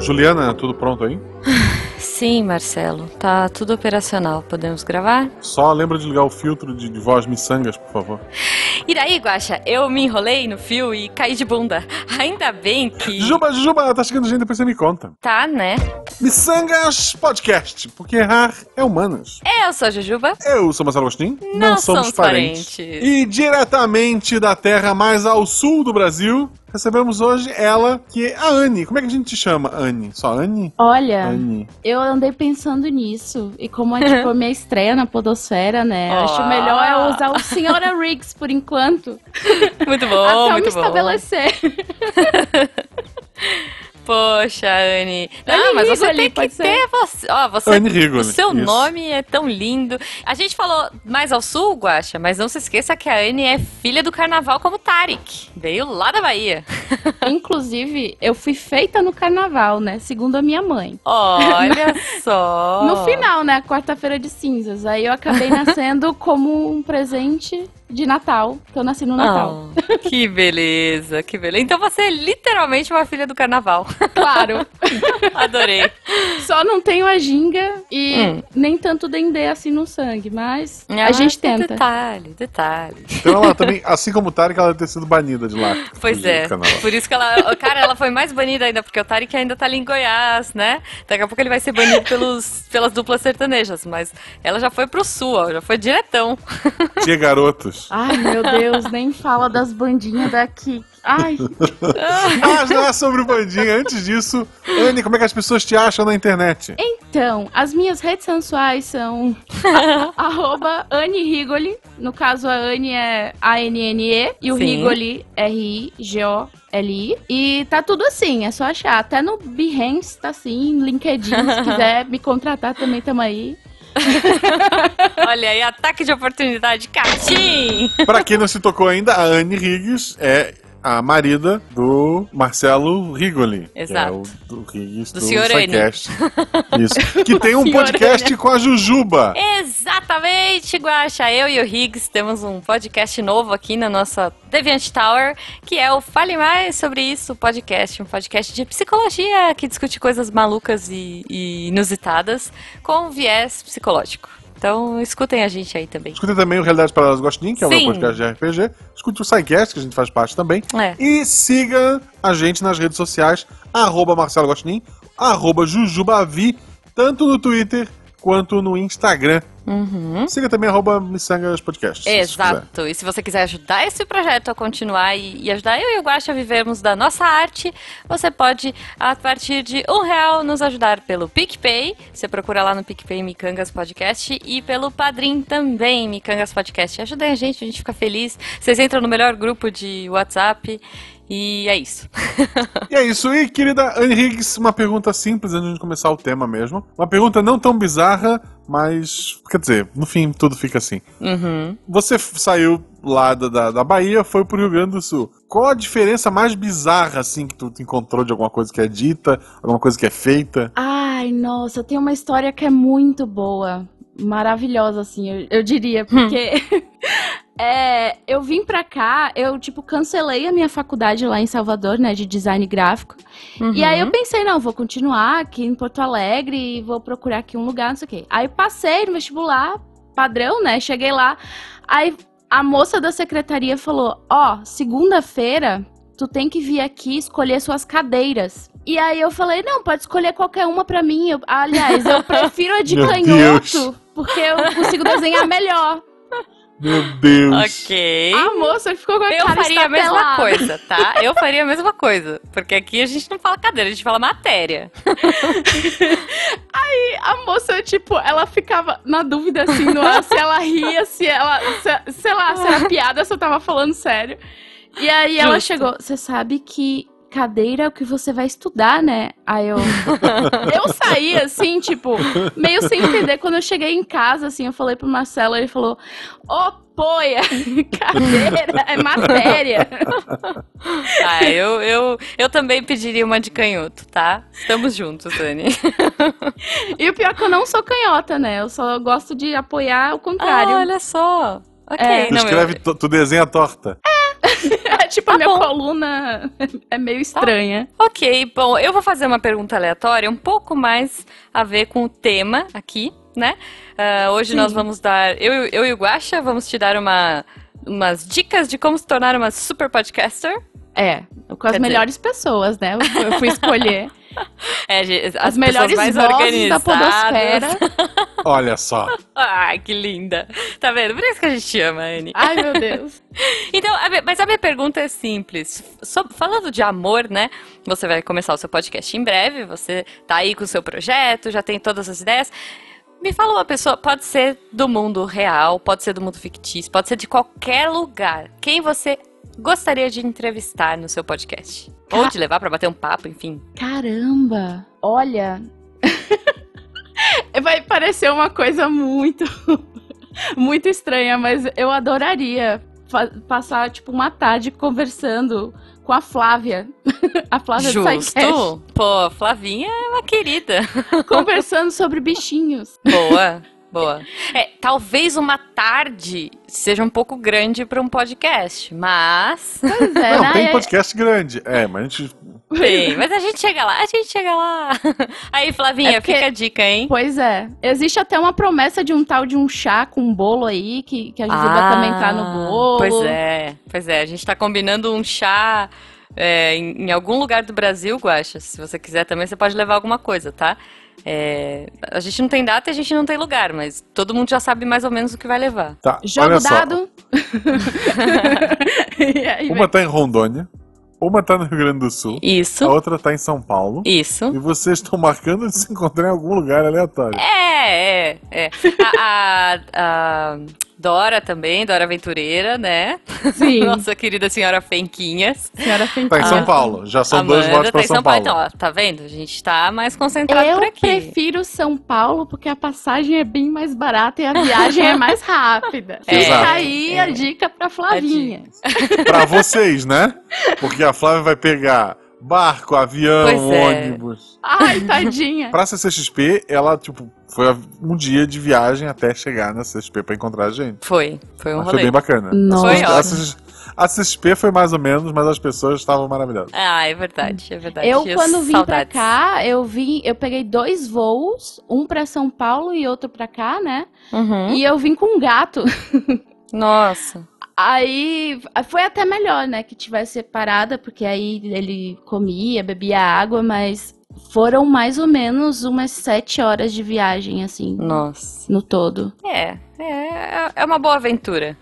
Juliana, tudo pronto aí? Sim, Marcelo, tá tudo operacional. Podemos gravar? Só lembra de ligar o filtro de, de voz miçangas, por favor. E daí, Guaxa, eu me enrolei no fio e caí de bunda. Ainda bem que. Juba, Juba, tá chegando gente, depois você me conta. Tá, né? Missangas Podcast, porque errar é humanas. Eu sou a Jujuba. Eu sou Marcelo Agostinho, Não somos parentes. E diretamente da terra mais ao sul do Brasil, recebemos hoje ela, que é a Anne. Como é que a gente te chama, Anne? Só Anne? Ah. Olha, Anne. eu andei pensando nisso. E como é tipo a minha estreia na Podosfera, né? Ó. Acho melhor eu usar o Senhora Riggs por enquanto. Muito bom, até eu me Oh, Ah, tá muito bom. estabelecer. Poxa, Anne. Anne Não, mas você Rigoli, tem que pode ser? ter você. Ó, você. Anne Rigoli. O seu isso. nome é tão lindo. A gente falou mais ao sul, Guaxa, mas não se esqueça que a Anne é filha do carnaval como Tarek. Veio lá da Bahia. Inclusive, eu fui feita no carnaval, né? Segundo a minha mãe. Olha só. No final, né? Quarta-feira de cinzas. Aí eu acabei nascendo como um presente de Natal. Que eu nasci no Natal. Ah, que beleza, que beleza. Então você é literalmente uma filha do carnaval. Claro. Adorei. Só não tenho a ginga e Hum. nem tanto dendê assim no sangue. Mas a gente é tenta. Detalhe, detalhe. Então ela também, assim como o Tarek, ela deve ter sido banida de lá. Pois do é. canal. Por isso que ela. Cara, ela foi mais banida ainda, porque o Tarek ainda tá ali em Goiás, né? Daqui a pouco ele vai ser banido pelos, pelas duplas sertanejas. Mas ela já foi pro sul, ó, já foi diretão. Tia Garotos. Ai, meu Deus, nem fala das bandinhas daqui. Ai, Ah, já sobre o bandinho. Antes disso, Anne, como é que as pessoas te acham na internet? então, as minhas redes sensuais são arroba Anne Rigoli. No caso, a Anne é A-N-N-E e o Sim. Rigoli R-I-G-O-L-I. E tá tudo assim, é só achar. Até no Behance tá assim, LinkedIn, se quiser me contratar também, tamo aí. Olha aí, ataque de oportunidade, Catim! Pra quem não se tocou ainda, a Anne Riggs é a marida do Marcelo Rigoli. Exato. Que é o do Riggs Do do, senhor Anne. Sidecast. Isso. Que tem um Senhor podcast com a Jujuba. É. Exatamente, Guaxa. Eu e o Higgs temos um podcast novo aqui na nossa Deviant Tower, que é o Fale Mais Sobre Isso podcast, um podcast de psicologia que discute coisas malucas e, e inusitadas com viés psicológico. Então, escutem a gente aí também. Escutem também o Realidade para Elas Gostinho, que é o meu Sim. podcast de RPG. Escute o Sidecast, que a gente faz parte também. É. E siga a gente nas redes sociais, arroba Marcelo Gostin, arroba Jujubavi, tanto no Twitter quanto no Instagram. Uhum. Siga também arroba Missangas Podcast. se você quiser. Exato. E se você quiser ajudar esse projeto a continuar e, e ajudar eu e o Guaxa a vivermos da nossa arte, você pode, a partir de um real, nos ajudar pelo PicPay. Você procura lá no PicPay Micangas Podcast e pelo Padrim também, Micangas Podcast. Ajudem a gente, a gente fica feliz. Vocês entram no melhor grupo de WhatsApp e é isso. E é isso. E, querida Anne Higgs, uma pergunta simples antes de começar o tema mesmo. Uma pergunta não tão bizarra, mas. Quer dizer, no fim, tudo fica assim. Uhum. Você f- saiu lá da, da, da Bahia, foi pro Rio Grande do Sul. Qual a diferença mais bizarra, assim, que tu, tu encontrou de alguma coisa que é dita, alguma coisa que é feita? Ai, nossa, tem uma história que é muito boa. Maravilhosa, assim, eu, eu diria, porque. é, eu vim pra cá, eu, tipo, cancelei a minha faculdade lá em Salvador, né, de design gráfico. E aí Uhum. eu pensei, não, vou continuar aqui em Porto Alegre e vou procurar aqui um lugar, não sei o quê. Aí passei no vestibular, padrão, né? Cheguei lá. Aí a moça da secretaria falou: Ó, segunda-feira tu tem que vir aqui escolher suas cadeiras. E aí eu falei: Não, pode escolher qualquer uma pra mim. Eu- aliás, eu prefiro a de Meu canhoto, Deus. porque eu consigo desenhar melhor. Meu Deus. Ok. A moça ficou com a Eu cara faria a mesma estatelada. coisa, tá? Eu faria a mesma coisa. Porque aqui a gente não fala cadeira, a gente fala matéria. A moça, tipo, ela ficava na dúvida, assim, no ar, se ela ria, se ela. se- sei lá, se era piada, se eu tava falando sério. E aí ela Justo. chegou, você sabe que cadeira é o que você vai estudar, né? Aí eu. eu saí, assim, tipo, meio sem entender. Quando eu cheguei em casa, assim, eu falei pro Marcelo, ele falou: Ô, poia, cadeira é matéria. Ah, eu, eu, eu também pediria uma de canhoto, tá? Estamos juntos, Dani. E o pior é que eu não sou canhota, né? Eu só gosto de apoiar o Ah, contrário. olha só. Ok, É. Tu não, eu- escreve, tu, tu desenha torta. É tipo, Tá a minha bom. coluna é meio estranha. Ok, bom, eu vou fazer uma pergunta aleatória, um pouco mais a ver com o tema aqui, né? Ah, hoje nós vamos dar, eu, eu e o Guaxa, vamos te dar uma, umas dicas de como se tornar uma super podcaster. É, com as Quer dizer- melhores pessoas, né? Eu fui- Eu fui escolher É, ge- as, as, melhores pessoas mais vozes da organizadas. podosfera. Olha só. Ai, que linda. Tá vendo? Por isso que a gente te ama, Anne. Ai, meu Deus. Então, a minha- mas a minha pergunta é simples. So- falando de amor, né? Você vai começar o seu podcast em breve, você tá aí com o seu projeto, já tem todas as ideias. Me fala uma pessoa, pode ser do mundo real, pode ser do mundo fictício, pode ser de qualquer lugar. Quem você gostaria de entrevistar no seu podcast? Ou de levar pra bater um papo, enfim. Caramba, olha. Vai parecer uma coisa muito, muito estranha, mas eu adoraria fa- passar, tipo, uma tarde conversando com a Flávia. A Flávia do Sidecast. Justo? Pô, Flavinha é uma querida. Conversando sobre bichinhos. Boa, boa. É, talvez uma tarde seja um pouco grande pra um podcast, mas. Pois é, Não, né? tem É- podcast grande. É, mas a gente. Bem, mas a gente chega lá, a gente chega lá. Aí, Flavinha, É porque- fica a dica, hein? Pois é. Existe até uma promessa de um tal de um chá com um bolo aí, que, que a Jujuba também tá no bolo. Ah, Pois é, pois é. A gente tá combinando um chá. é, em, em algum lugar do Brasil, Guaxa, se você quiser também, você pode levar alguma coisa, tá? É, a gente não tem data e a gente não tem lugar, mas todo mundo já sabe mais ou menos o que vai levar. Tá, Jogo olha só. dado. E aí vai- Uma tá em Rondônia, uma tá no Rio Grande do Sul, a Isso, outra tá em São Paulo. isso. E vocês estão marcando de se encontrar em algum lugar aleatório. É, é, é. A, a- a Dora também, Dora Aventureira, né? Sim, Nossa querida senhora Fenquinhas. senhora Tá em São Fentinha. Paulo. Já são dois Amanda votos pra Ah. tá em São Paulo. Então, ó, tá vendo? A gente tá mais concentrado por Eu aqui. prefiro São Paulo porque a passagem é bem mais barata e a viagem é mais rápida. É, Fica aí é. a dica pra Flavinha. Pra vocês, né? Porque a Flávia vai pegar barco, avião, Pois é. ônibus. Ai, tadinha. Pra CCXP, ela, tipo, foi a- um dia de viagem até chegar na CCXP pra encontrar a gente. Foi, foi um Mas Ah, foi rolê. bem bacana. Nossa. Foi A CCXP a CCXP foi mais ou menos, mas as pessoas estavam maravilhosas. Ah, é verdade, é verdade. Eu, quando vim pra saudades. cá, eu vim, eu peguei dois voos, um pra São Paulo e outro pra cá, né? Uhum. E eu vim com um gato. Nossa. Aí foi até melhor, né, que tivesse separada, porque aí ele comia, bebia água, mas foram mais ou menos umas sete horas de viagem, assim, Nossa. no todo. É, é, é uma boa aventura.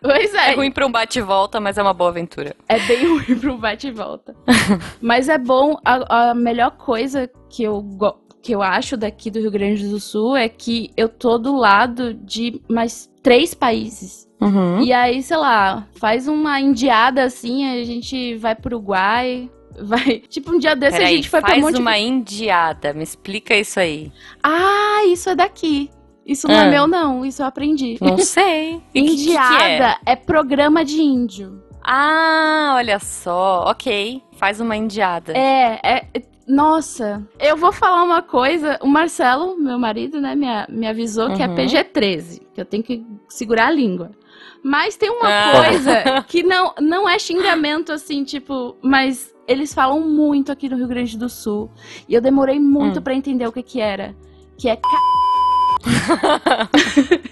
Pois É é, ruim pra um bate e volta, mas é uma boa aventura. é bem ruim pro bate e volta. mas é bom, a, a melhor coisa que eu, go- que eu acho daqui do Rio Grande do Sul é que eu tô do lado de mais três países. Uhum. E aí, sei lá, faz uma indiada assim, a gente vai pro Uruguai, vai. Tipo, um dia desse a Peraí, gente foi pra faz Monte. uma indiada, me explica isso aí. Ah, isso é daqui. Isso não Ah. é meu, não. Isso eu aprendi. Não sei. E que- que que é? indiada é? programa de índio. Ah, olha só. Ok, faz uma indiada. É, é. é- Nossa, eu vou falar uma coisa. O Marcelo, meu marido, né, me, a- me avisou que é Uhum. PG-13, que eu tenho que segurar a língua. Mas tem uma Ah. coisa que não, não é xingamento assim, tipo, mas eles falam muito aqui no Rio Grande do Sul. E eu demorei muito Hum. pra entender o que que era. Que é. ca-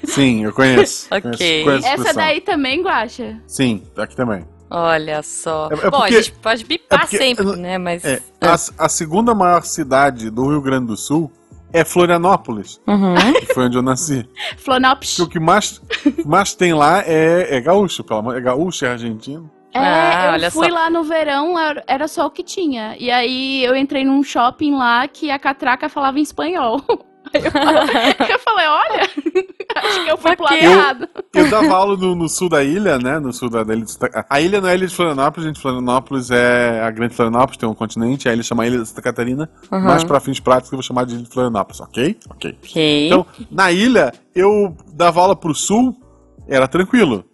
Sim, eu conheço. Ok. Conheço, conheço a Essa expressão. daí também, Guacha? Sim, aqui também. Olha só. É- é Bom, porque- a gente pode bipar é porque- sempre, né? Mas. É, a, a segunda maior cidade do Rio Grande do Sul é Florianópolis, Uhum. que foi onde eu nasci. Flonops. Porque o que mais, o que mais tem lá é, é gaúcho, pelo amor. É gaúcho, é argentino. É, Ah, eu olha fui só. lá no verão, era- era só o que tinha. E aí eu entrei num shopping lá que a catraca falava em espanhol. Aí eu falei, olha, acho que eu fui pro lado Ok. errado. Eu dava aula no, no sul da ilha, né? No sul da, da ilha de Santa- A ilha não é a ilha de Florianópolis, gente. Florianópolis é a grande Florianópolis, tem um continente, a ilha chama Ilha de Santa Catarina, Uhum. mas para fins práticos eu vou chamar de Ilha de Florianópolis, ok? Ok. Ok. Então, na ilha, eu dava aula pro sul, era tranquilo.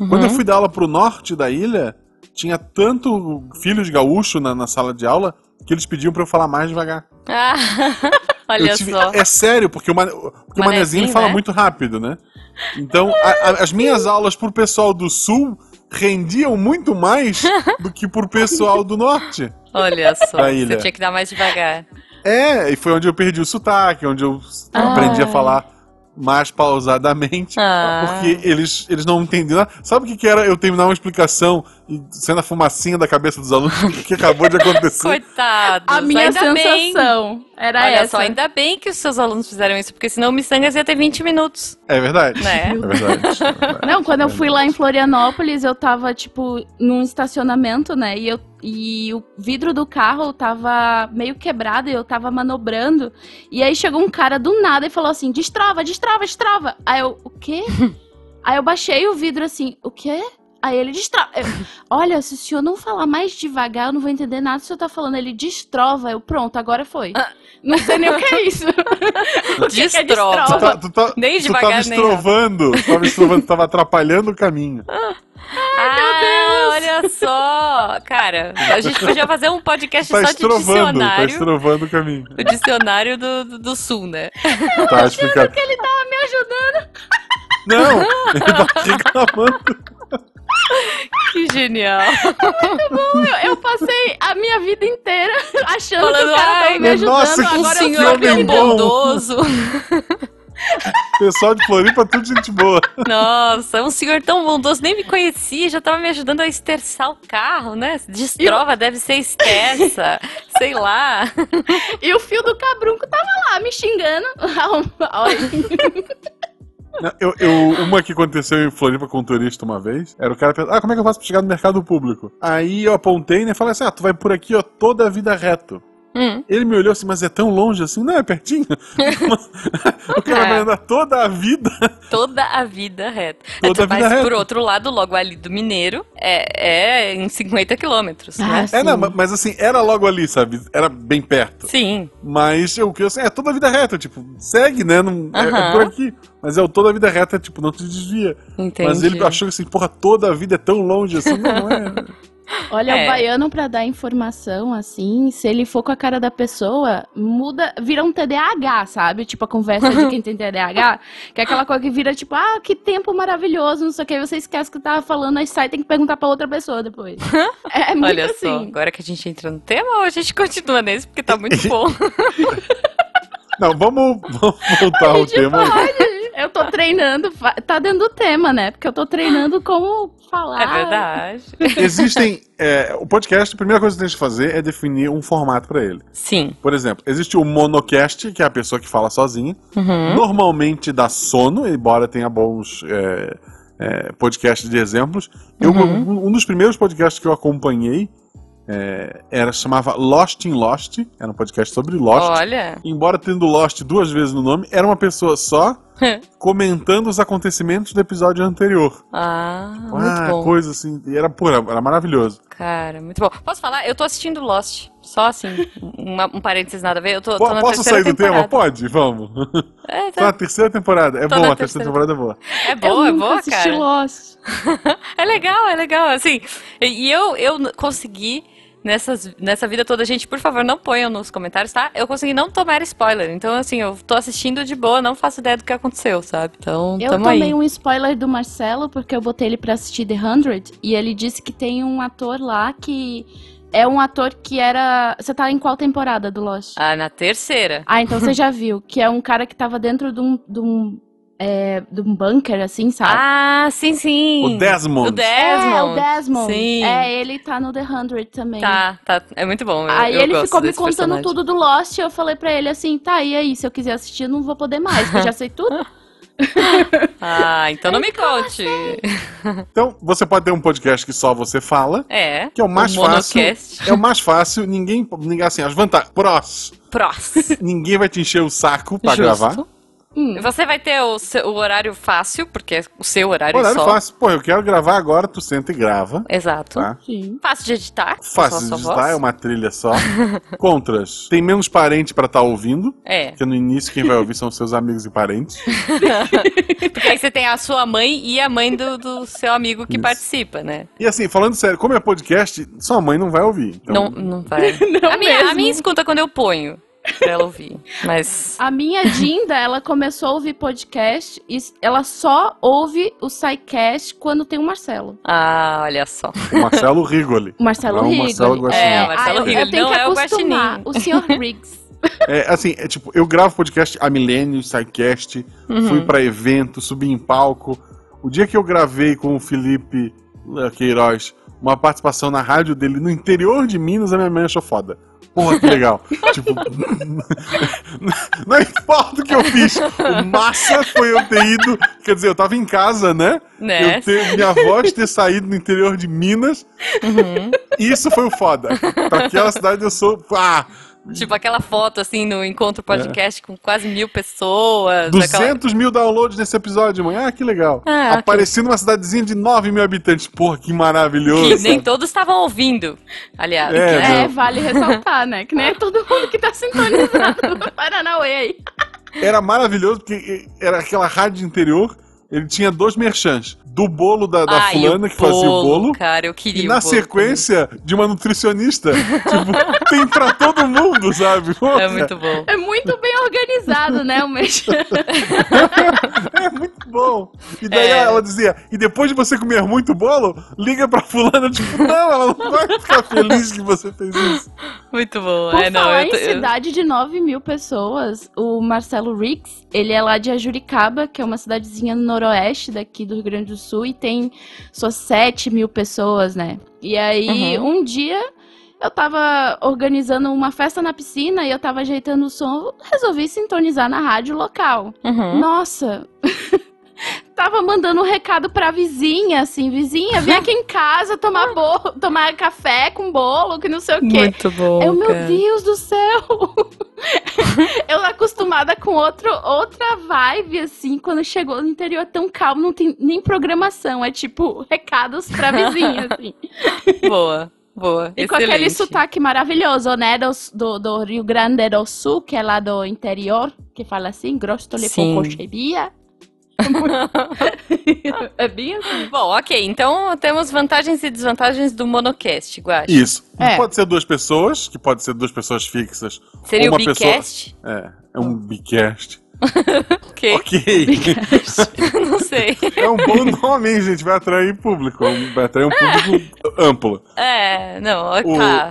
Uhum. Quando eu fui dar aula pro norte da ilha, tinha tanto filho de gaúcho na, na sala de aula que eles pediam pra eu falar mais devagar. Ah, Eu olha tive- só. É sério, porque o, mane... porque o Manezinho, manezinho fala né? muito rápido, né? Então, a- a- as minhas aulas pro pessoal do sul rendiam muito mais do que pro pessoal do norte. Olha só, Da você ilha. tinha que dar mais devagar. É, e foi onde eu perdi o sotaque, onde eu Ah. aprendi é. a falar mais pausadamente. Ah. Porque eles, eles não entendiam nada. Sabe o que, que era eu terminar uma explicação e sendo a fumacinha da cabeça dos alunos o que acabou de acontecer? Coitados, A minha ainda bem. sensação era Olha essa. só, ainda bem que os seus alunos fizeram isso, porque senão o Missangas ia ter 20 minutos, É verdade. né? É verdade. é verdade. Não, quando eu fui lá em Florianópolis, eu tava, tipo, num estacionamento, né? E, eu, e o vidro do carro tava meio quebrado e eu tava manobrando. E aí chegou um cara do nada e falou assim: destrava, destrava, destrava. Aí eu, o quê? aí eu baixei o vidro assim, o quê? Aí ele destrava. Eu, Olha, se o senhor não falar mais devagar, eu não vou entender nada que o senhor tá falando. Ele destrova. Eu, pronto, agora foi. Ah. Não sei nem o que é isso. O que que é Destrova. Tu, tá, tu, tá, Nem tu devagar, tava nem rápido. estrovando, tu tava estrovando, tu tava atrapalhando o caminho. ah, olha só! Cara, a gente podia fazer um podcast Tá só de estrovando, tá dicionário. estrovando o caminho. o dicionário do, do, do sul, né? Tá explicado. Que ele tava me ajudando. Não, ele tá reclamando. Que genial. Eu, eu passei a minha vida inteira achando que Falando, o cara "Ai, tava me ajudando. nossa, que agora eu senhor sou bem bem-vindo." bom. Um bondoso. Pessoal de Floripa, tudo gente boa. Nossa, um senhor tão bondoso, nem me conhecia, já tava me ajudando a esterçar o carro, né? Destrova, deve ser esterça, sei lá. E o fio do cabrunco tava lá me xingando. Olha, Eu, eu- uma que aconteceu em Floripa com um turista uma vez, era o cara pensando, ah, como é que eu faço pra chegar no mercado público? Aí eu apontei, né, e falei assim, ah, tu vai por aqui, ó, toda a vida reto. Hum. Ele me olhou assim, mas é tão longe assim? Não, é pertinho. o cara vai andar toda a vida. Toda a vida reta. É, Toda a vida mas reta. por outro lado, logo ali do Mineiro, é, é em 50 quilômetros, né? É, não, mas assim, era logo ali, sabe? Era bem perto. Sim. Mas eu que assim, é toda a vida reta, tipo, segue, né? Não, é, é Aham. por aqui. Mas é o toda a vida reta, tipo, não te desvia. Entendi. Mas ele achou assim, porra, toda a vida é tão longe assim, não, não é. Olha, É. o baiano pra dar informação, assim, se ele for com a cara da pessoa, muda, vira um TDAH, sabe? Tipo a conversa de quem tem TDAH, que é aquela coisa que vira tipo, ah, que tempo maravilhoso, não sei o que, aí você esquece que tava falando, aí sai e tem que perguntar pra outra pessoa depois. É, muito Olha só, assim. agora que a gente entra no tema, ou a gente continua nesse, porque tá muito bom. Não, vamos, vamos voltar A ao gente tema. pode. Eu tô treinando, fa- tá dentro do tema, né? Porque eu tô treinando como Ah. falar. É verdade. Existem. é, o podcast, a primeira coisa que tem que fazer é definir um formato pra ele. Sim. Por exemplo, existe o monocast, que é a pessoa que fala sozinha. Uhum. Normalmente dá sono, embora tenha bons é, é, podcasts de exemplos. Eu, Uhum. um dos primeiros podcasts que eu acompanhei é, era chamava Lost in Lost. Era um podcast sobre Lost. Olha. Embora tendo Lost duas vezes no nome, era uma pessoa só comentando os acontecimentos do episódio anterior. Ah, ah, muito bom. coisa assim. E era, pô, era, era maravilhoso. Cara, muito bom. Posso falar? Eu tô assistindo Lost. Só assim, uma- um parênteses nada a ver. Eu tô, tô Po- na Posso terceira sair do tema? temporada. Pode, vamos. É, Tá na tá, terceira temporada. É Tô boa, na a terceira terceira temporada é boa. é Eu boa, é nunca boa, assisti cara. Lost. É legal, é legal. Assim, e e eu, eu n- consegui. Nessas, nessa vida toda, gente, por favor, não ponham nos comentários, tá? Eu consegui não tomar spoiler. Então, assim, eu tô assistindo de boa, não faço ideia do que aconteceu, sabe? Então, Eu tamo tomei aí. um spoiler do Marcelo, porque eu botei ele pra assistir The 100, e ele disse que tem um ator lá que é um ator que era... Você tá em qual temporada do Lost? Ah, na terceira. Ah, então você já viu, que é um cara que tava dentro de um... De um, é, de um bunker, assim, sabe? Ah, sim, sim. O Desmond. O É, o Desmond. Desmond. Sim. É, ele tá no The 100 também. Tá, tá. É muito bom. eu- Aí eu ele gosto ficou me desse contando personagem. tudo do Lost e eu falei pra ele assim, tá, e aí, se eu quiser assistir, eu não vou poder mais, porque eu já sei tudo. Ah, então não me conte. assim. Então, você pode ter um podcast que só você fala, É. que é o mais fácil. monocast. É o mais fácil, ninguém. ninguém assim, as vantagens. Prós. Prós. Ninguém vai te encher o saco pra Justo. gravar. Hum. Você vai ter o, seu- o horário fácil, porque é o seu horário, Horário só. fácil. Pô, eu quero gravar agora, tu senta e grava. Exato. Tá? Sim. Fácil de editar. Fácil só de a sua editar, é voz. uma trilha só. Contras. Tem menos parente pra estar ouvindo. É. Porque no início quem vai ouvir são seus amigos e parentes. Porque aí você tem a sua mãe e a mãe do, do seu amigo que Isso. participa, né? E assim, falando sério, como é podcast, sua mãe não vai ouvir. Então, não, não vai. Não a, minha, a mesmo. minha escuta quando eu ponho. pra ela ouvir. Mas. A minha Dinda, ela começou a ouvir podcast e ela só ouve o SciCast quando tem o Marcelo. Ah, olha só. O Marcelo Rigoli. O Marcelo Não, Ah, o Rigoli. Marcelo Guaxinim. É, o Marcelo ah, eu- Rigoli Eu tenho não que é o acostumar. O senhor Riggs. É, assim, é tipo, eu gravo podcast há milênios, sidecast, Uhum. fui pra evento, subi em palco. O dia que eu gravei com o Felipe eh, Queiroz uma participação na rádio dele no interior de Minas, a minha mãe achou foda. Porra, que legal. tipo, não importa o que eu fiz. O massa foi eu ter ido. Quer dizer, eu tava em casa, né? Né? Eu ter, minha voz ter saído no interior de Minas. Uhum. Isso foi o foda. Pra aquela cidade eu sou. Ah, Tipo aquela foto assim no encontro podcast É. com quase mil pessoas. aquela- 200 mil downloads nesse episódio, mãe. Ah, que legal. Ah, ok. Apareci numa cidadezinha de 9 mil habitantes. Porra, que Que maravilhoso. nem todos estavam ouvindo, aliás. assim. É, né? meu. É, vale ressaltar, né? Que nem é todo mundo que tá sintonizado no Paranauê aí. Era maravilhoso porque era aquela rádio de interior. Ele tinha dois merchans. Do bolo da, da Ai, fulana o que fazia o bolo. Cara, eu queria E o na bolo sequência de uma nutricionista. tipo, tem pra todo mundo, sabe? Pô, também. É muito bom. É muito bem organizado, né, o Merchan? é muito bom. E daí É. ela dizia: e depois de você comer muito bolo, liga pra fulana. Tipo, não, ela não vai ficar feliz que você fez isso. Muito bom. Por é, não, falar eu tô- em eu- cidade de 9 mil pessoas, o Marcelo Riggs, ele é lá de Ajuricaba, que é uma cidadezinha no noroeste daqui do Rio Grande do Sul, e tem só 7 mil pessoas, né? E aí, Uhum. um dia, eu tava organizando uma festa na piscina e eu tava ajeitando o som, resolvi sintonizar na rádio local. Uhum. Nossa! Tava mandando um recado pra vizinha, assim, vizinha, vem aqui em casa tomar bolo, tomar café com bolo, que não sei É o quê. Muito bom. Eu, meu cara. Deus do céu! eu acostumada com outro, outra vibe, assim, quando chegou no interior é tão calmo, não tem nem programação, é tipo recados pra vizinha, assim. Boa, boa. E com aquele excelente. sotaque maravilhoso, né, do, do, do Rio Grande do Sul, que é lá do interior, que fala assim, grosso le Sim. pocochebia. é bem assim. Bom, ok. Então temos vantagens e desvantagens do monocast, Guache. Isso. É. Pode ser duas pessoas, que pode ser duas pessoas fixas. Seria uma o bicast? É, é um bicast. Ok. Ok. Não sei. é um bom nome, hein, gente? Vai atrair público. Vai atrair um público amplo. É, não, ó, O- tá.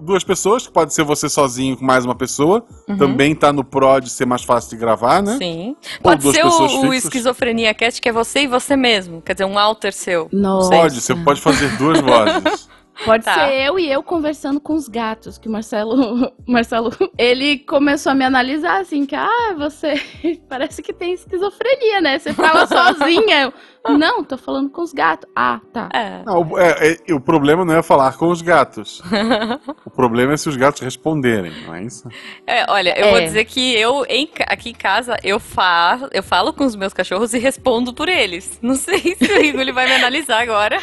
Duas pessoas, que pode ser você sozinho com mais uma pessoa. Também tá no pró de ser mais fácil de gravar, né? Sim. Ou Pode duas ser pessoas o, o fixas. esquizofrenia cast, que é você e você mesmo. Quer dizer, um alter seu. Nossa. Pode, você pode fazer duas vozes. Pode Tá. ser eu e eu conversando com os gatos, que o Marcelo, o Marcelo, ele começou a me analisar assim, que, ah, você parece que tem esquizofrenia, né? Você fala sozinha. Eu, não, tô falando com os gatos. Ah, tá. É. Não, o- é- é- o problema não é falar com os gatos. O problema é se os gatos responderem, não é isso? É, olha, eu É. vou dizer que eu, em ca- aqui em casa, eu, fa eu falo com os meus cachorros e respondo por eles. Não sei se o Rigo ele vai me analisar agora.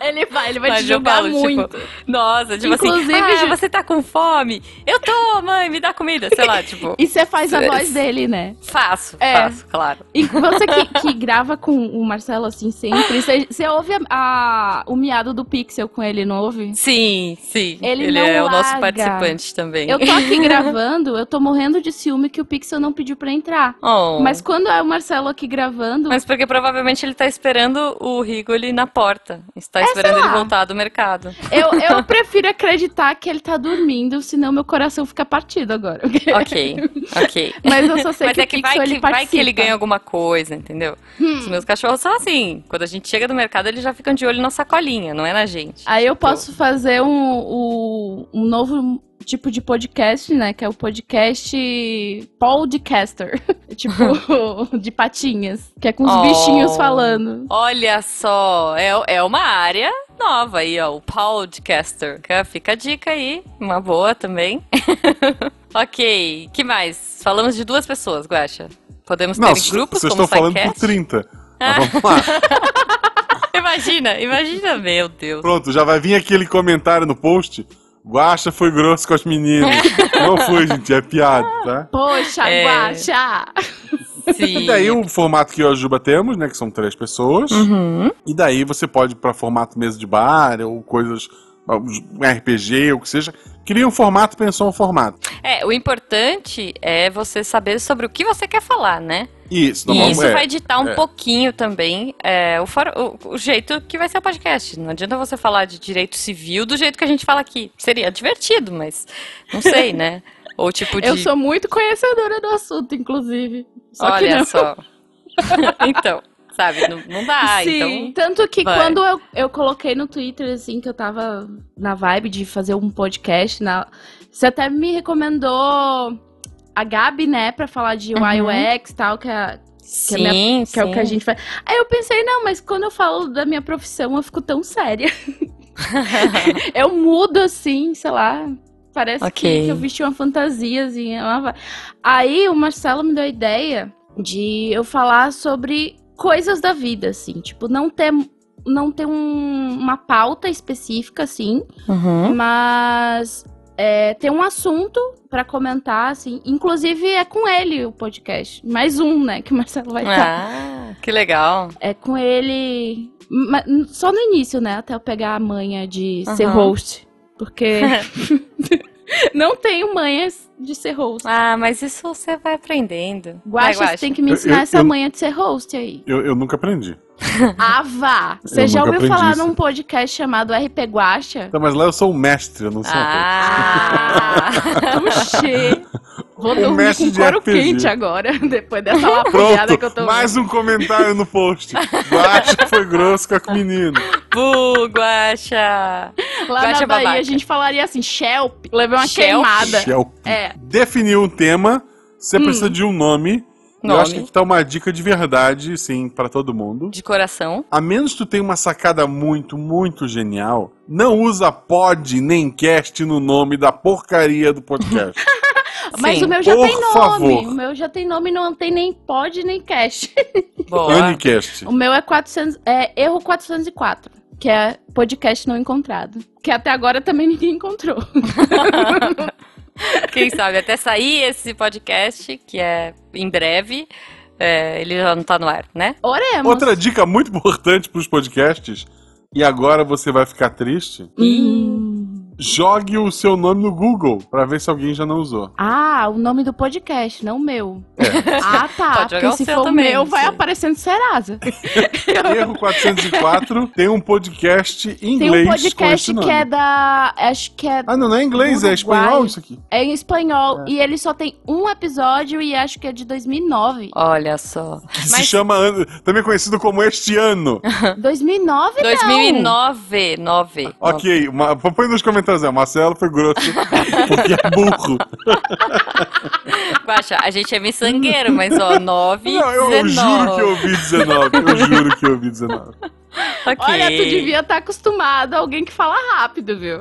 Ele vai, ele vai Mas te eu julgar falo, tipo, muito. Nossa, tipo Inclusive, assim, ah, já- você tá com fome? Eu tô, mãe, me dá comida, sei lá, tipo, E você faz a É. voz dele, né? faço, É. faço, claro. E você que, que grava com o Marcelo assim sempre, você, você ouve a- a- o miado do Pixel com ele, não ouve? Sim, sim, Ele ele, não é o nosso larga. participante também. Eu tô aqui gravando, eu tô morrendo de ciúme que o Pixel não pediu pra entrar. Oh. Mas quando é o Marcelo aqui gravando, Mas porque provavelmente ele tá esperando o Rigoli na porta. Está esperando ele É, lá. voltar do mercado. eu, eu prefiro acreditar que ele tá dormindo, senão meu coração fica partido agora. Ok, ok. Mas eu só sei Mas que, é que o vai Pixel que, ele vai que ele participa. Hum. ganha alguma coisa, entendeu? Os meus cachorros são assim. Quando a gente chega do mercado, eles já ficam de olho na sacolinha, não é na gente. Aí eu posso fazer um, um, um novo tipo de podcast, né? Que é o podcast podcaster. tipo, de patinhas. Que é com os Oh. bichinhos falando. Olha só, é, é uma área nova aí, ó, o podcaster. Fica- Fica a dica aí, uma boa também. ok, que mais? Falamos de duas pessoas, Guaxa. Podemos ter vocês- grupos vocês como estão falando por sidecast? 30. Mas vamos lá. Imagina, imagina, meu Deus. Pronto, já vai vir aquele comentário no post. Guaxa foi grosso com as meninas. Não foi, gente, é piada, tá? Poxa, É. guaxa! Sim. E daí o formato que eu e a Juba temos, né? Que são três pessoas. Uhum. E daí você pode ir pra formato mesa de bar ou coisas um RPG, ou o que seja, cria um formato, pensou um formato. É, o importante é você saber sobre o que você quer falar, né? Isso, E isso é, vai ditar um é. pouquinho também é, o, for- o- o jeito que vai ser o podcast. Não adianta você falar de direito civil do jeito que a gente fala aqui. Seria divertido, mas não sei, né? Ou tipo de. Eu sou muito conhecedora do assunto, inclusive. Só olha que não. só. então, sabe, não, não dá. Sim, Então. tanto que vai. quando eu, eu coloquei no Twitter, assim, que eu tava na vibe de fazer um podcast, na... você até me recomendou a Gabi, né, pra falar de Uhum. UX e tal, que, é, Sim, minha- sim. que é o que a gente faz. Aí eu pensei, não, mas quando eu falo da minha profissão, eu fico tão séria. eu mudo, assim, sei lá, parece Ok. que eu vesti uma fantasiazinha. uma va- Aí o Marcelo me deu a ideia de eu falar sobre coisas da vida, assim, tipo, não ter, não ter um- uma pauta específica, assim, Uhum. mas é, ter um assunto pra comentar, assim, inclusive é com ele o podcast, mais um, né, que o Marcelo vai estar. Ah, que legal. É com ele, ma- só no início, né, até eu pegar a manha de ser Aham. host, porque não tenho manhas de ser host. Ah, mas isso você vai aprendendo. Vai, Guaxa, Guaxa. você tem que me Eu- ensinar eu- essa eu- manha de ser host aí. Eu, eu nunca aprendi. Ava! Você Eu já nunca ouviu aprendi falar isso. num podcast chamado RP Guacha? Tá, mas lá eu sou o mestre, eu não sou um Ah, Oxê! Vou O dormir Um mestre com de couro RPG. quente agora, depois dessa Pronto, lapiada que eu tô mais um comentário no post. Guacha foi grosso com a menina. bu, Ah. Guaxa. Lá Guaxa é na Bahia babaca. a gente falaria assim, Shelp, levei uma Shelp? queimada. Shell. É. Hum. Definiu um tema, você precisa de um nome. Eu Nome. acho que aqui tá uma dica de verdade, sim, pra todo mundo. De coração. A menos que tu tenha uma sacada muito, muito genial, não usa pod nem cast no nome da porcaria do podcast. Mas Sim. o meu já Por tem nome. favor. O meu já tem nome, não tem nem pod nem cash. Boa. Anicast. O meu é 400, é erro 404, que é podcast não encontrado, que até agora também ninguém encontrou. Quem sabe até sair esse podcast, que é em breve. é, ele já não tá no ar, né? Oremos. Outra dica muito importante pros podcasts, e agora você vai ficar triste, Hum. jogue o seu nome no Google pra ver se alguém já não usou. Ah, o nome do podcast, não o meu. É. Ah, tá. Pode jogar porque o se seu for também, meu, sim. vai aparecendo Serasa. Erro 404 tem um podcast em Tem inglês um com esse podcast nome. que é da. Acho que é, Ah, não, não é inglês, é Uruguai. espanhol isso aqui. é em espanhol. E ele só tem um episódio e acho que é de 2009. Olha só. Que se Mas- chama, an- também conhecido como Este Ano. Ah. 2009? 2009, 9. Ok, ma- põe nos comentários, é, Marcelo foi grosso porque é burro. Guaxa, a gente é miçangueiro, mas ó, 9 Não, eu 19. juro que eu ouvi 19, eu juro que eu ouvi 19. Ok. Olha, tu devia estar acostumado a alguém que fala rápido, viu?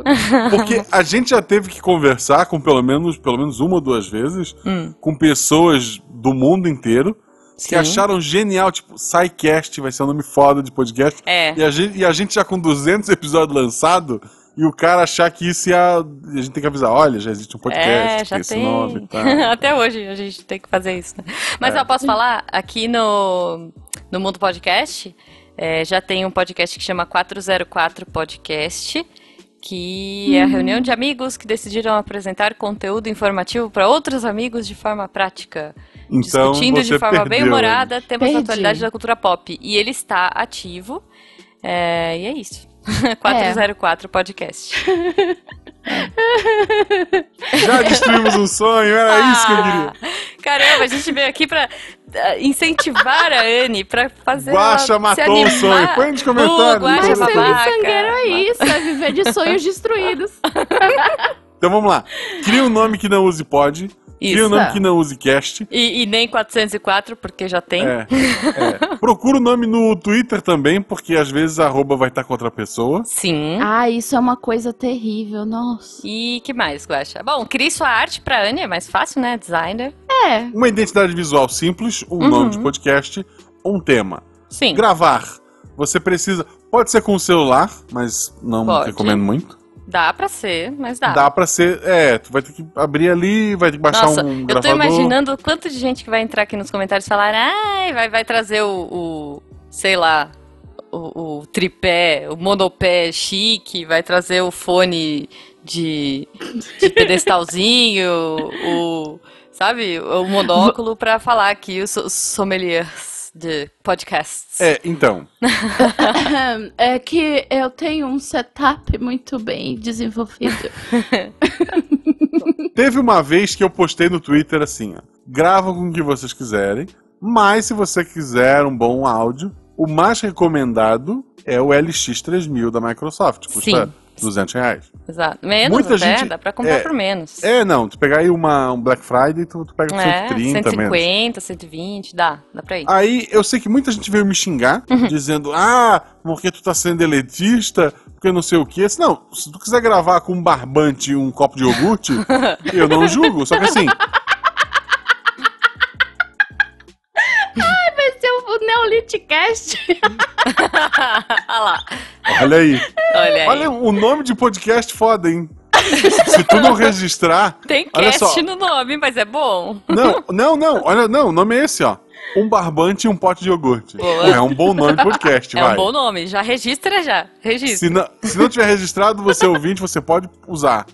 Porque a gente já teve que conversar com pelo menos, pelo menos uma ou duas vezes Hum, com pessoas do mundo inteiro que sim. acharam genial, tipo, SciCast vai ser um nome foda de podcast. É. E a, gente, e a gente já com 200 episódios lançado e o cara achar que isso é. A a gente tem que avisar: olha, já existe um podcast, é, já tem esse nome e tal. então. Até hoje a gente tem que fazer isso, né? Mas É. eu posso falar, aqui no, no Mundo Podcast, é, já tem um podcast que chama 404 Podcast, que é a reunião de amigos que decidiram apresentar conteúdo informativo para outros amigos de forma prática. Então, discutindo você de forma perdeu, bem humorada temas da Perdi. atualidade da cultura pop. E ele está ativo. é, e é isso. 404 Podcast. Já destruímos um sonho, era isso que eu queria. Ah, Caramba, a gente veio aqui pra ah, incentivar a Anne pra fazer Guaxa ela matou se o animar. sonho. Põe nos Uh, comentários. Guaxa Mas Mas Tá ser bom. babaca. miçangueiro é isso, é viver de sonhos destruídos. Então vamos lá. Cria um nome que não use pod. Cria um Isso. nome que não use cast. E, e nem 404, porque já tem. É, é. Procura o nome no Twitter também, porque às vezes a arroba vai estar com outra pessoa. Sim. Ah, isso é uma coisa terrível, nossa. E que mais, Guaxa? Bom, crie sua arte pra Anne, é mais fácil, né? Designer. É. Uma identidade visual simples, um Uhum. nome de podcast, um tema. Sim. Gravar. Você precisa. Pode ser com o celular, mas não Pode. Tá. recomendo muito. Dá pra ser, mas dá. Dá pra ser. É, tu vai ter que abrir ali, vai ter que baixar Nossa, um eu tô gravador. imaginando o quanto de gente que vai entrar aqui nos comentários e falar, ai, vai, vai trazer o, o, sei lá, o, o tripé, o monopé chique, vai trazer o fone de, de pedestalzinho, o, sabe, o monóculo para falar aqui os os sommeliers de podcasts. É, então. É que eu tenho um setup muito bem desenvolvido. Teve uma vez que eu postei no Twitter assim, ó. Gravam com o que vocês quiserem, mas se você quiser um bom áudio, o mais recomendado é o LX3000 da Microsoft. Custa Sim. 200 reais. Exato. Menos Muita até, gente- dá pra comprar é, por menos. É, não, tu pegar aí uma, um Black Friday, tu, tu pega por É, 130 menos. Ah. 150, 120, dá, dá pra ir. Aí eu sei que muita gente veio me xingar, Uhum. dizendo, ah, porque tu tá sendo elitista, porque não sei o quê. Eu disse, não, se tu quiser gravar com um barbante e um copo de iogurte, eu não julgo. Só que assim, Vai ser é o Neoliticast. Olha lá, olha aí. olha aí. Olha o nome de podcast foda, hein? Se tu não registrar. Tem olha só. cast no nome, mas é bom. Não, não, não, olha, não, o nome é esse, ó. Um barbante e um pote de iogurte. Boa. É um bom nome de podcast, É vai. um bom nome, já registra já. Registra. Se não, se não tiver registrado, você é ouvinte, você pode usar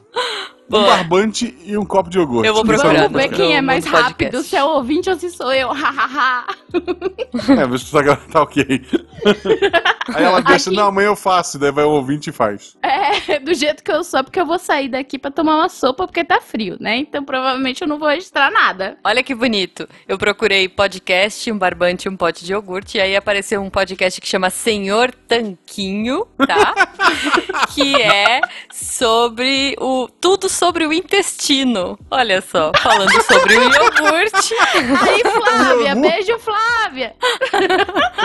um Boa. barbante e um copo de iogurte. Eu vou Esse é o procurar nome Vamos do no- ver podcast. quem é no mais podcast. rápido, se é o ouvinte ou se sou eu. Hahaha. É, mas precisa gravar, tá ok. Aí ela deixa, Aqui. não, amanhã eu faço, daí vai o ouvinte e faz. É, do jeito que eu sou, porque eu vou sair daqui pra tomar uma sopa porque tá frio, né? Então provavelmente eu não vou registrar nada. Olha que bonito. Eu procurei podcast, um barbante, um pote de iogurte, e aí apareceu um podcast que chama Senhor Tanquinho, tá? que é sobre o tudo sobre o intestino. Olha só, falando sobre o iogurte. Aí, Flávia, Meu beijo, Flávia.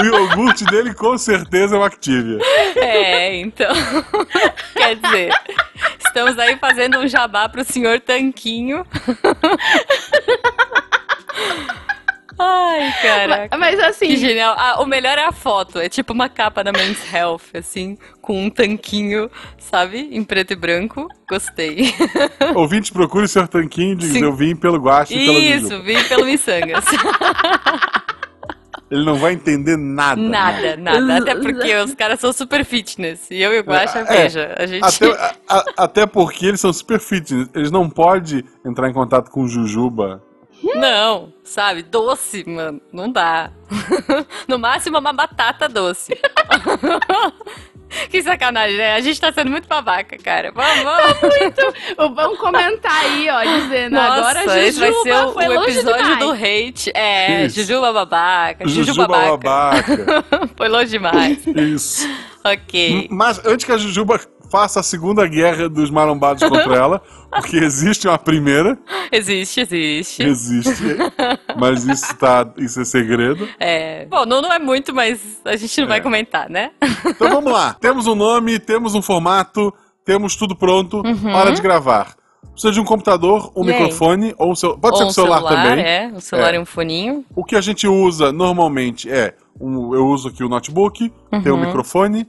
O iogurte dele com certeza é o Activia. É, então. Quer dizer, estamos aí fazendo um jabá pro senhor Tanquinho. Ai, caraca. Ma- Mas Que assim, genial. Ah, o melhor é a foto. É tipo uma capa da Men's Health, assim, com um tanquinho, sabe? Em preto e branco. Gostei. Ouvinte, procure o seu tanquinho e diz, Sim. eu vim pelo guacho e pelo Juju. Isso, vi pelo Missangas. Ele não vai entender nada. né? nada, nada. Até porque os caras são super fitness. E eu e o Guaxa, É. veja, a gente... Até, a- a- até porque eles são super fitness. Eles não podem entrar em contato com Jujuba. Não, sabe? Doce, mano. Não dá. No máximo, uma batata doce. Que sacanagem, né? A gente tá sendo muito babaca, cara. Vamos, vamos. vamos comentar aí, ó, dizendo Nossa, agora esse vai Jujuba ser o, foi o longe episódio demais. do hate. É, Isso. Jujuba babaca, É Jujuba Jujuba é babaca. babaca. Foi longe demais. Isso. ok. Mas antes que a Jujuba faça a segunda guerra dos marombados contra ela, porque existe uma primeira, Existe, existe. existe, mas isso, tá, isso é segredo. É. Bom, não, não é muito, mas a gente não É. vai comentar, né? Então vamos lá. Temos um nome, temos um formato, temos tudo pronto. Hora de gravar. Precisa de um computador, um Uhum. E aí? microfone, ou um cel... pode Ou ser com um celular, também. É, um celular É. e um foninho. O que a gente usa normalmente é. Um, eu uso aqui o notebook, tem Uhum. um microfone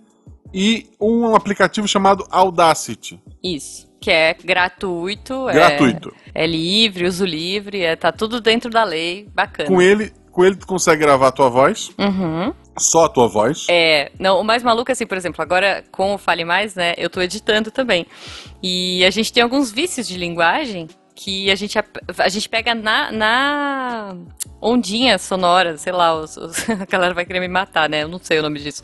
e um aplicativo chamado Audacity. Isso. Que é gratuito. é- Gratuito. É, livre, uso livre. É, tá tudo dentro da lei. Bacana. Com ele, com ele tu consegue gravar a tua voz, Uhum. só a tua voz. É, não, o mais maluco, assim, por exemplo, agora com o Fale Mais, né, eu tô editando também. E a gente tem alguns vícios de linguagem que a gente, ap- a gente pega na, na ondinha sonora, sei lá, os, os- a galera vai querer me matar, né? Eu não sei o nome disso.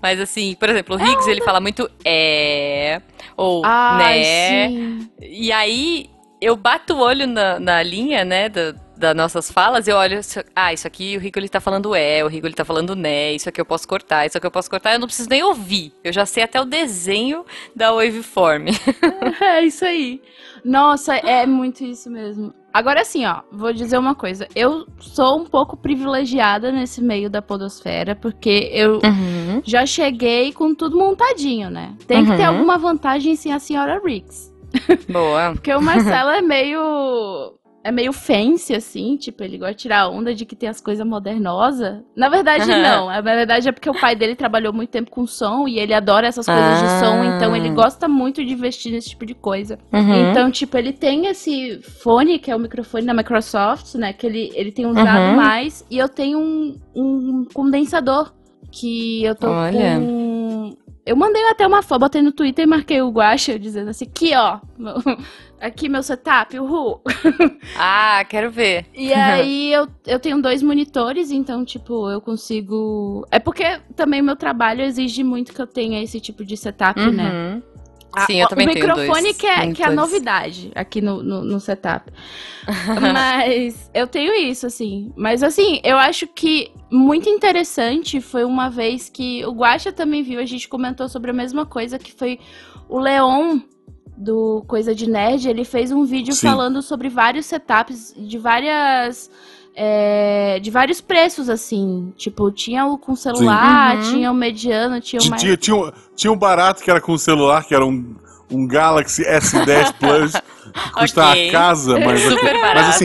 Mas assim, por exemplo, o Higgs, ele fala muito é, ou Ai, né. sim. E aí, eu bato o olho na, na linha, né, da- das nossas falas, eu olho, se- ah, isso aqui o Rico ele tá falando é, o Rico ele tá falando né, isso aqui eu posso cortar, isso aqui eu posso cortar, eu não preciso nem ouvir. Eu já sei até o desenho da waveform. É isso aí. Nossa, é muito isso mesmo. Agora assim, ó, vou dizer uma coisa. Eu sou um pouco privilegiada nesse meio da podosfera, porque eu Hum. já cheguei com tudo montadinho, né? Tem que ter Uhum. alguma vantagem sim a senhora Riggs. Boa. Porque o Marcelo é meio. É meio fancy, assim, tipo, ele gosta de tirar onda de que tem as coisas modernosas. Na verdade, Aham. não. Na verdade, é porque o pai dele trabalhou muito tempo com som e ele adora essas coisas de Ah. som, então ele gosta muito de investir nesse tipo de coisa. Uhum. Então, tipo, ele tem esse fone, que é o microfone da Microsoft, né, que ele, ele tem usado Uhum. mais, e eu tenho um, um condensador, que eu tô Olha. com... um, Eu mandei até uma foto, botei no Twitter e marquei o Guacha, dizendo assim, aqui ó, meu- aqui meu setup, uhul. Ah, quero ver. E aí eu, eu tenho dois monitores, então, tipo, eu consigo. É porque também o meu trabalho exige muito que eu tenha esse tipo de setup, né? Uhum. Sim, eu Ah, também o tenho microfone dois que é, que é a monitores. novidade aqui no, no, no setup. Mas eu tenho isso, assim. Mas assim, eu acho que muito interessante foi uma vez que o Guaxa também viu, a gente comentou sobre a mesma coisa, que foi o Leon do Coisa de Nerd, ele fez um vídeo Sim. falando sobre vários setups de várias. é, de vários preços, assim. Tipo, tinha o com celular, Uhum. tinha o mediano, tinha o Tinha, mais. tinha, tinha, um, tinha um barato que era com o celular, que era um, um Galaxy S10 Plus, que custava Ok. a casa, mas, Super barato. mas assim,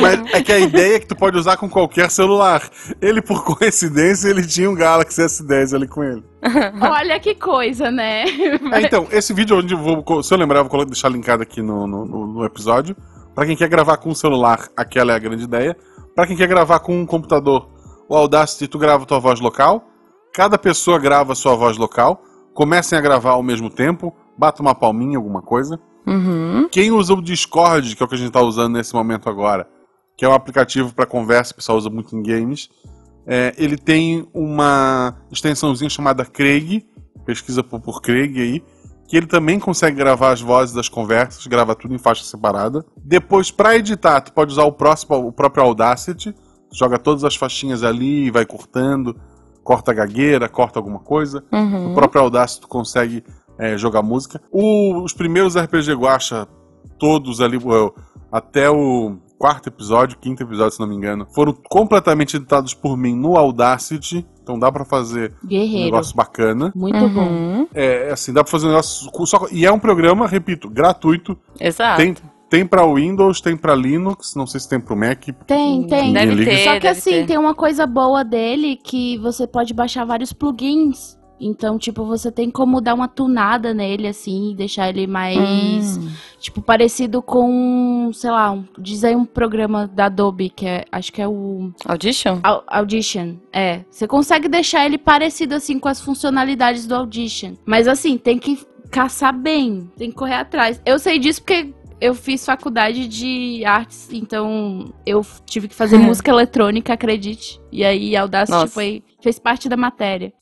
mas é que a ideia é que tu pode usar com qualquer celular. Ele, por coincidência, ele tinha um Galaxy S10 ali com ele. Olha que coisa, né? É, então, esse vídeo onde eu vou. co- Se eu lembrar, eu vou colo- deixar linkado aqui no, no, no- no episódio. Pra quem quer gravar com o celular, aquela é a grande ideia. Pra quem quer gravar com um computador, o Audacity, tu grava tua voz local. Cada pessoa grava sua voz local. Comecem a gravar ao mesmo tempo. Bata uma palminha, alguma coisa. Uhum. Quem usa o Discord, que é o que a gente tá usando nesse momento agora, que é um aplicativo para conversa, o pessoal usa muito em games, é, ele tem uma extensãozinha chamada Craig, pesquisa por, por Craig aí, que ele também consegue gravar as vozes das conversas, grava tudo em faixa separada. Depois, para editar, tu pode usar o, próximo, o próprio Audacity, joga todas as faixinhas ali, vai cortando, corta a gagueira, corta alguma coisa. O Uhum. próprio Audacity tu consegue é, jogar música. O- os primeiros RPG Guacha, todos ali, ué, até o quarto episódio, quinto episódio, se não me engano, foram completamente editados por mim no Audacity. Então dá pra fazer um Guerreiro. negócio bacana. Muito bom. Uhum. É, assim, dá pra fazer um negócio. com- Só, e é um programa, repito, gratuito. Exato. Tem, tem pra Windows, tem pra Linux, não sei se tem pro Mac. Tem, tem. Ninguém Deve liga. ter, Só que deve assim, ter. tem uma coisa boa dele que você pode baixar vários plugins. Então, tipo, você tem como dar uma tunada nele, assim, e deixar ele mais, Hum. tipo, parecido com, sei lá, um, diz aí um programa da Adobe, que é, acho que é o Audition? Au- Audition. É, você consegue deixar ele parecido, assim, com as funcionalidades do Audition. Mas, assim, tem que caçar bem, tem que correr atrás. Eu sei disso porque eu fiz faculdade de artes, então eu f- tive que fazer música eletrônica, acredite. E aí, Audacity Nossa. foi, fez parte da matéria.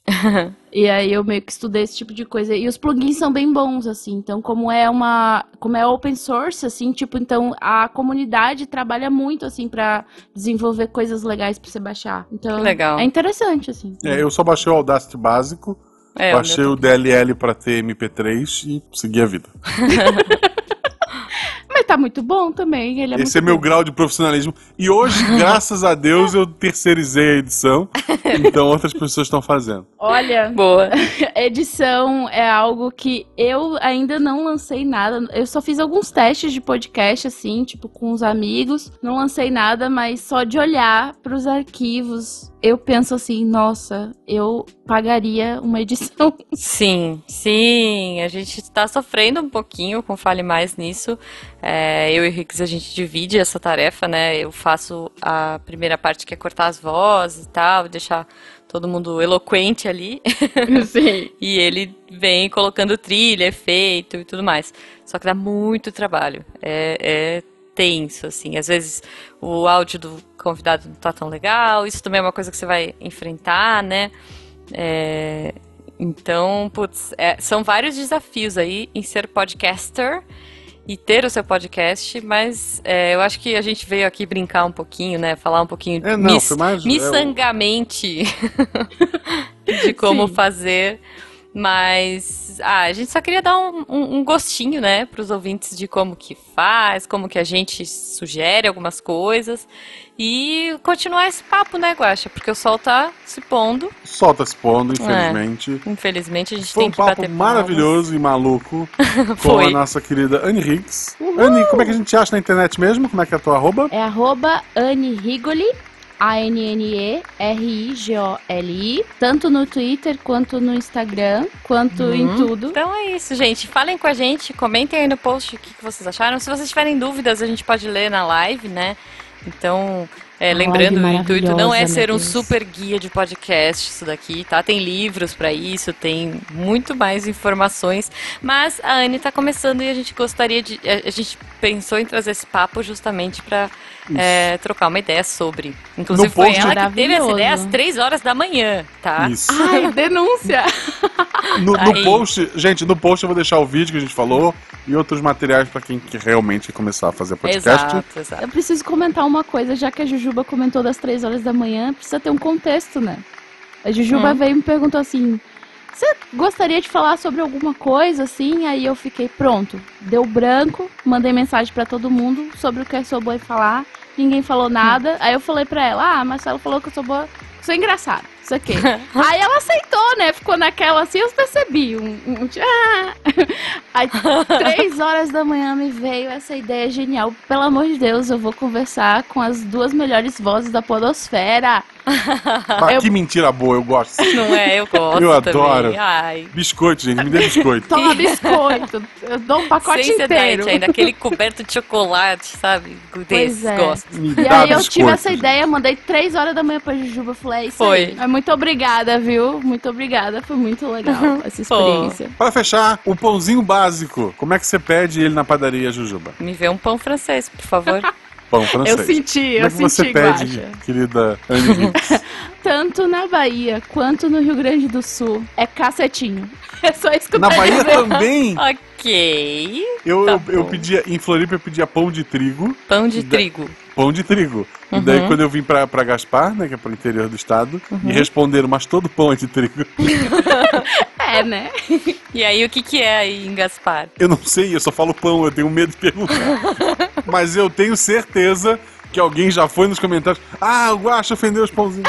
E aí eu meio que estudei esse tipo de coisa. E os plugins são bem bons, assim. Então, como é uma. Como é open source, assim, tipo, então a comunidade trabalha muito, assim, pra desenvolver coisas legais pra você baixar. Então, Que legal. é interessante, assim. É, eu só baixei o Audacity básico, É, o baixei meu o DLL pra ter MP3 e segui a vida. Mas tá muito bom também. Ele é Esse é muito meu bom. grau de profissionalismo. E hoje, graças a Deus, eu terceirizei a edição. Então outras pessoas estão fazendo. Olha, é Boa. edição é algo que eu ainda não lancei nada. Eu só fiz alguns testes de podcast, assim, tipo, com os amigos. Não lancei nada, mas só de olhar pros arquivos, eu penso assim, nossa, eu pagaria uma edição. Sim, sim, a gente está sofrendo um pouquinho com Fale Mais nisso. É, eu e o Rix, a gente divide essa tarefa, né? Eu faço a primeira parte que é cortar as vozes e tal, deixar todo mundo eloquente ali. Sim. E ele vem colocando trilha, efeito e tudo mais. Só que dá muito trabalho. É, é tenso, assim. Às vezes o áudio do convidado não tá tão legal. Isso também é uma coisa que você vai enfrentar, né? É, então, putz, é, são vários desafios aí em ser podcaster e ter o seu podcast, mas é, eu acho que a gente veio aqui brincar um pouquinho, né? Falar um pouquinho É, não, mis- foi mais. é, o- miçangamente de como Sim. fazer. Mas ah, a gente só queria dar um, um- um gostinho, né, para os ouvintes de como que faz, como que a gente sugere algumas coisas e continuar esse papo, né, Guaxa? Porque o sol tá se pondo. o sol tá se pondo, É. infelizmente. Infelizmente a gente Foi tem um que papo bater maravilhoso e maluco palmas. com a Foi. nossa querida Anne Hicks. Anne, como é que a gente acha na internet mesmo? Como é que é a tua arroba? É arroba Anne Rigoli, A-N-N-E-R-I-G-O-L-I, tanto no Twitter, quanto no Instagram, quanto em tudo. Então é isso, gente. Falem com a gente, comentem aí no post o que que vocês acharam. Se vocês tiverem dúvidas, a gente pode ler na live, né? Então, É, lembrando, o Live intuito não é maravilhosa, ser meu um Deus. super guia de podcast, isso daqui, tá? Tem livros pra isso, tem muito mais informações. Mas a Anne tá começando e a gente gostaria de. A, a gente pensou em trazer esse papo justamente pra é, trocar uma ideia sobre. Inclusive, No foi post- ela que teve essa Maravilhoso. ideia às três horas da manhã, ah, tá? Isso. Ai, denúncia! ah, No, no Aí. post, gente, no post eu vou deixar o vídeo que a gente falou e outros materiais pra quem que realmente quer começar a fazer podcast. Exato, exato. Eu preciso comentar uma coisa, já que a Jujuba comentou das três horas da manhã, precisa ter um contexto, né? A Jujuba Hum. veio e me perguntou assim: você gostaria de falar sobre alguma coisa assim? Aí eu fiquei, pronto, deu branco, mandei mensagem pra todo mundo sobre o que eu sou boa em falar, ninguém falou Hum. nada. Aí eu falei pra ela: ah, a Marcela falou que eu sou boa, que sou engraçada, isso aqui. Aí ela aceitou, né? Ficou naquela assim, eu percebi. Um, um, um- ah. Aí, três horas da manhã me veio essa ideia genial. Pelo amor de Deus, eu vou conversar com as duas melhores vozes da podosfera. Ah, Eu- Que mentira boa, eu gosto. Não é? Eu gosto. Eu também. adoro. Ai. Biscoito, gente, me dê biscoito. Toma biscoito. Eu dou um pacote Sem ser inteiro. diet ainda, aquele coberto de chocolate, sabe? Desse, é. gosto. Me E dá aí eu biscoito, tive essa gente. ideia, mandei três horas da manhã pra Jujuba. Falei, é isso Foi. aí. Mas muito obrigada, viu? Muito obrigada. Foi muito legal essa experiência. Pra fechar, o pãozinho básico. Como é que você pede ele na padaria, Jujuba? Me vê um pão francês, por favor. Pão francês. Eu senti, Como eu é que você senti, pede, Guaxa. querida Anne Hicks? Tanto na Bahia quanto no Rio Grande do Sul, é cacetinho. É só isso que eu Na tenho a Bahia dizer. também, ok. eu, Tá eu, eu bom. pedia, em Floripa eu pedia pão de trigo, Pão de Da- trigo. pão de trigo. E Uhum. daí quando eu vim pra, pra Gaspar, né, que é pro interior do estado, Uhum. me responderam, mas todo pão é de trigo. É, né? E aí, o que que é aí em Gaspar? Eu não sei, eu só falo pão, eu tenho medo de perguntar. mas eu tenho certeza que alguém já foi nos comentários, ah, o Guaxa ofendeu os pãozinhos.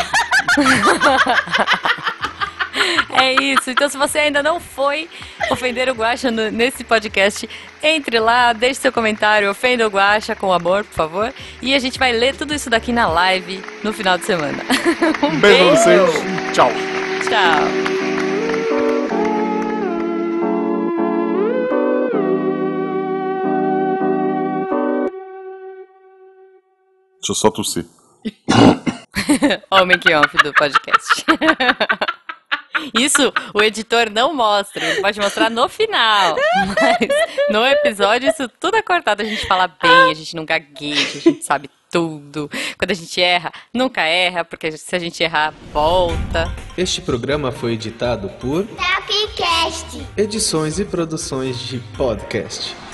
É isso. Então, se você ainda não foi ofender o Guaxa no- nesse podcast, entre lá, deixe seu comentário, ofenda o Guaxa com amor, por favor. E a gente vai ler tudo isso daqui na live no final de semana. Um beijo pra vocês. Tchau. Tchau. Deixa eu só tossir. Ó, o making off do podcast. Isso o editor não mostra, ele pode mostrar no final. Mas no episódio, isso tudo é cortado. A gente fala bem, a gente não gagueja, a gente sabe tudo. Quando a gente erra, nunca erra, porque se a gente errar, volta. Este programa foi editado por Tapcast. Edições e Produções de Podcast.